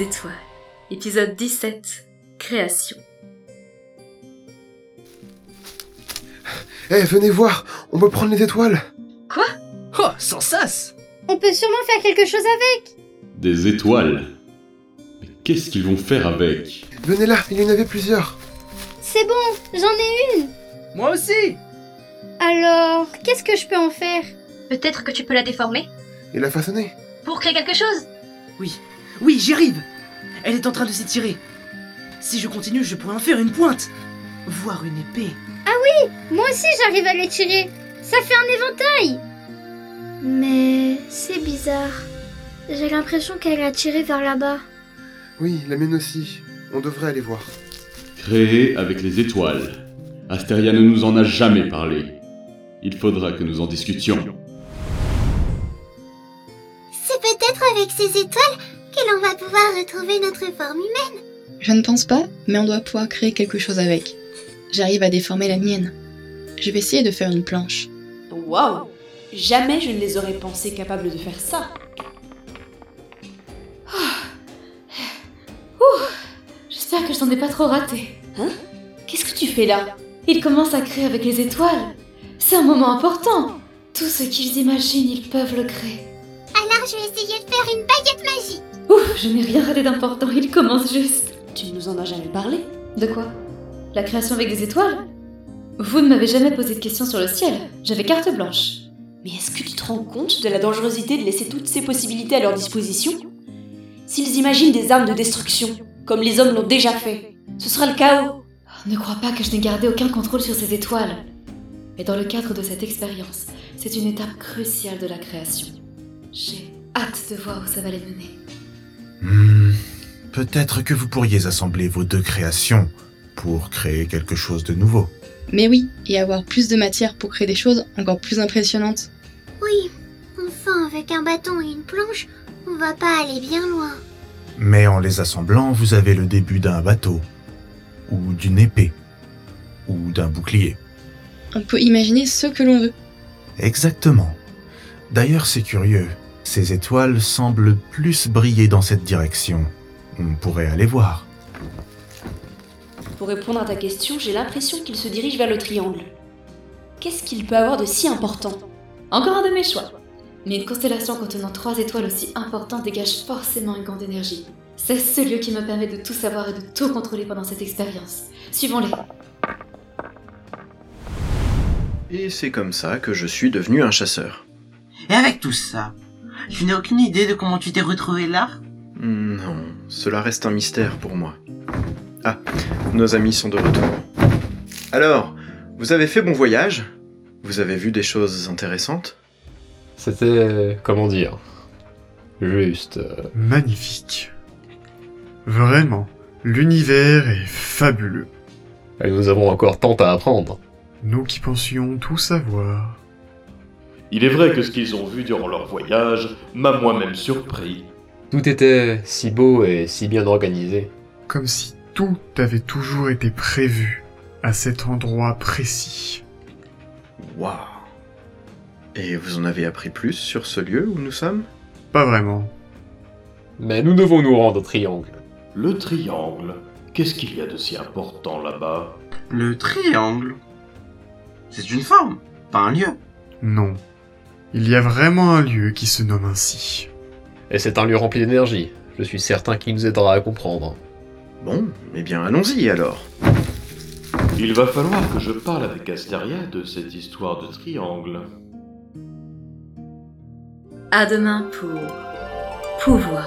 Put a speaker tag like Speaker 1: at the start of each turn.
Speaker 1: étoiles, épisode 17, création.
Speaker 2: Eh, venez voir, on peut prendre les étoiles.
Speaker 3: Oh, sans sas
Speaker 4: On peut sûrement faire quelque chose avec.
Speaker 5: Des étoiles. Mais qu'est-ce qu'ils vont faire avec
Speaker 2: Venez là, il y en avait plusieurs.
Speaker 4: C'est bon, j'en ai
Speaker 3: Moi aussi
Speaker 4: une. Alors, qu'est-ce que je peux en faire
Speaker 6: Peut-être que tu peux la déformer
Speaker 2: Il a façonné.
Speaker 6: pour créer quelque chose
Speaker 3: Oui, j'y arrive Elle est en train de s'étirer. Si je continue, je pourrais en faire une pointe, voire une épée.
Speaker 4: Moi aussi, j'arrive à l'étirer. Ça fait un éventail. Mais c'est bizarre. J'ai l'impression qu'elle a tiré vers là-bas.
Speaker 2: Oui, la mienne aussi. On devrait aller voir.
Speaker 5: Créer avec les étoiles. Astéria ne nous en a jamais parlé. Il faudra que nous en discutions.
Speaker 7: C'est peut-être avec ces étoiles que l'on va pouvoir retrouver notre forme humaine.
Speaker 8: Je ne pense pas, mais on doit pouvoir créer quelque chose avec. J'arrive à déformer la mienne. Je vais essayer de faire une planche.
Speaker 9: Waouh Jamais je ne les aurais pensés capables de faire ça.
Speaker 6: J'espère que je t'en ai pas trop raté. Hein Qu'est-ce que tu fais là Ils commencent à créer avec les étoiles. C'est un moment important. Tout ce qu'ils imaginent, ils peuvent le créer.
Speaker 7: Alors je vais essayer de faire une baguette magique.
Speaker 6: Ouf, je n'ai rien raté d'important, ils commencent juste.
Speaker 9: Tu ne nous en as jamais parlé.
Speaker 6: De quoi La création avec des étoiles Vous ne m'avez jamais posé de questions sur le ciel. J'avais carte blanche.
Speaker 9: Mais est-ce que tu te rends compte de la dangerosité de laisser toutes ces possibilités à leur disposition S'ils imaginent des armes de destruction, comme les hommes l'ont déjà fait, ce sera le chaos.
Speaker 6: Ne crois pas que je n'ai gardé aucun contrôle sur ces étoiles. Mais dans le cadre de cette expérience, c'est une étape cruciale de la création. J'ai hâte de voir où ça va les mener.
Speaker 10: Hmm, Peut-être que vous pourriez assembler vos deux créations pour créer quelque chose de nouveau.
Speaker 8: Mais oui, et avoir plus de matière pour créer des choses encore plus impressionnantes.
Speaker 7: Oui, enfin avec un bâton et une planche, on va pas aller bien loin.
Speaker 10: Mais en les assemblant, vous avez le début d'un bateau, ou d'une épée, ou d'un bouclier.
Speaker 8: On peut imaginer ce que l'on veut.
Speaker 10: Exactement. D'ailleurs, c'est curieux. Ces étoiles semblent plus briller dans cette direction. On pourrait aller voir.
Speaker 9: Pour répondre à ta question, j'ai l'impression qu'ils se dirigent vers le triangle. Qu'est-ce qu'il peut avoir de si important
Speaker 6: Encore un de mes choix. Mais une constellation contenant trois étoiles aussi importantes dégage forcément une grande énergie. C'est ce lieu qui me permet de tout savoir et de tout contrôler pendant cette expérience. Suivons-les.
Speaker 11: Et c'est comme ça que je suis devenu un chasseur.
Speaker 12: Et avec tout ça, je n'ai aucune idée de comment tu t'es retrouvé là.
Speaker 11: Non, cela reste un mystère pour moi. Ah, nos amis sont de retour. Alors, vous avez fait bon voyage Vous avez vu des choses intéressantes
Speaker 13: C'était. euh, Comment dire Juste. euh,
Speaker 14: Magnifique. Vraiment, l'univers est fabuleux.
Speaker 13: et nous avons encore tant à apprendre.
Speaker 14: Nous qui pensions tout savoir.
Speaker 5: Il est vrai que ce qu'ils ont vu durant leur voyage m'a moi-même surpris.
Speaker 13: Tout était si beau et si bien organisé.
Speaker 14: Comme si tout avait toujours été prévu à cet endroit précis.
Speaker 11: Waouh Et vous en avez appris plus sur ce lieu où nous sommes
Speaker 14: Pas vraiment.
Speaker 13: Mais nous devons nous rendre au triangle.
Speaker 5: Le triangle. Qu'est-ce qu'il y a de si important là-bas
Speaker 12: Le triangle. C'est une forme, pas un lieu.
Speaker 14: Non. Il y a vraiment un lieu qui se nomme ainsi.
Speaker 13: Et c'est un lieu rempli d'énergie. Je suis certain qu'il nous aidera à comprendre.
Speaker 11: Bon, eh bien allons-y alors.
Speaker 5: Il va falloir que je parle avec Astéria de cette histoire de triangle.
Speaker 1: À demain pour pouvoir.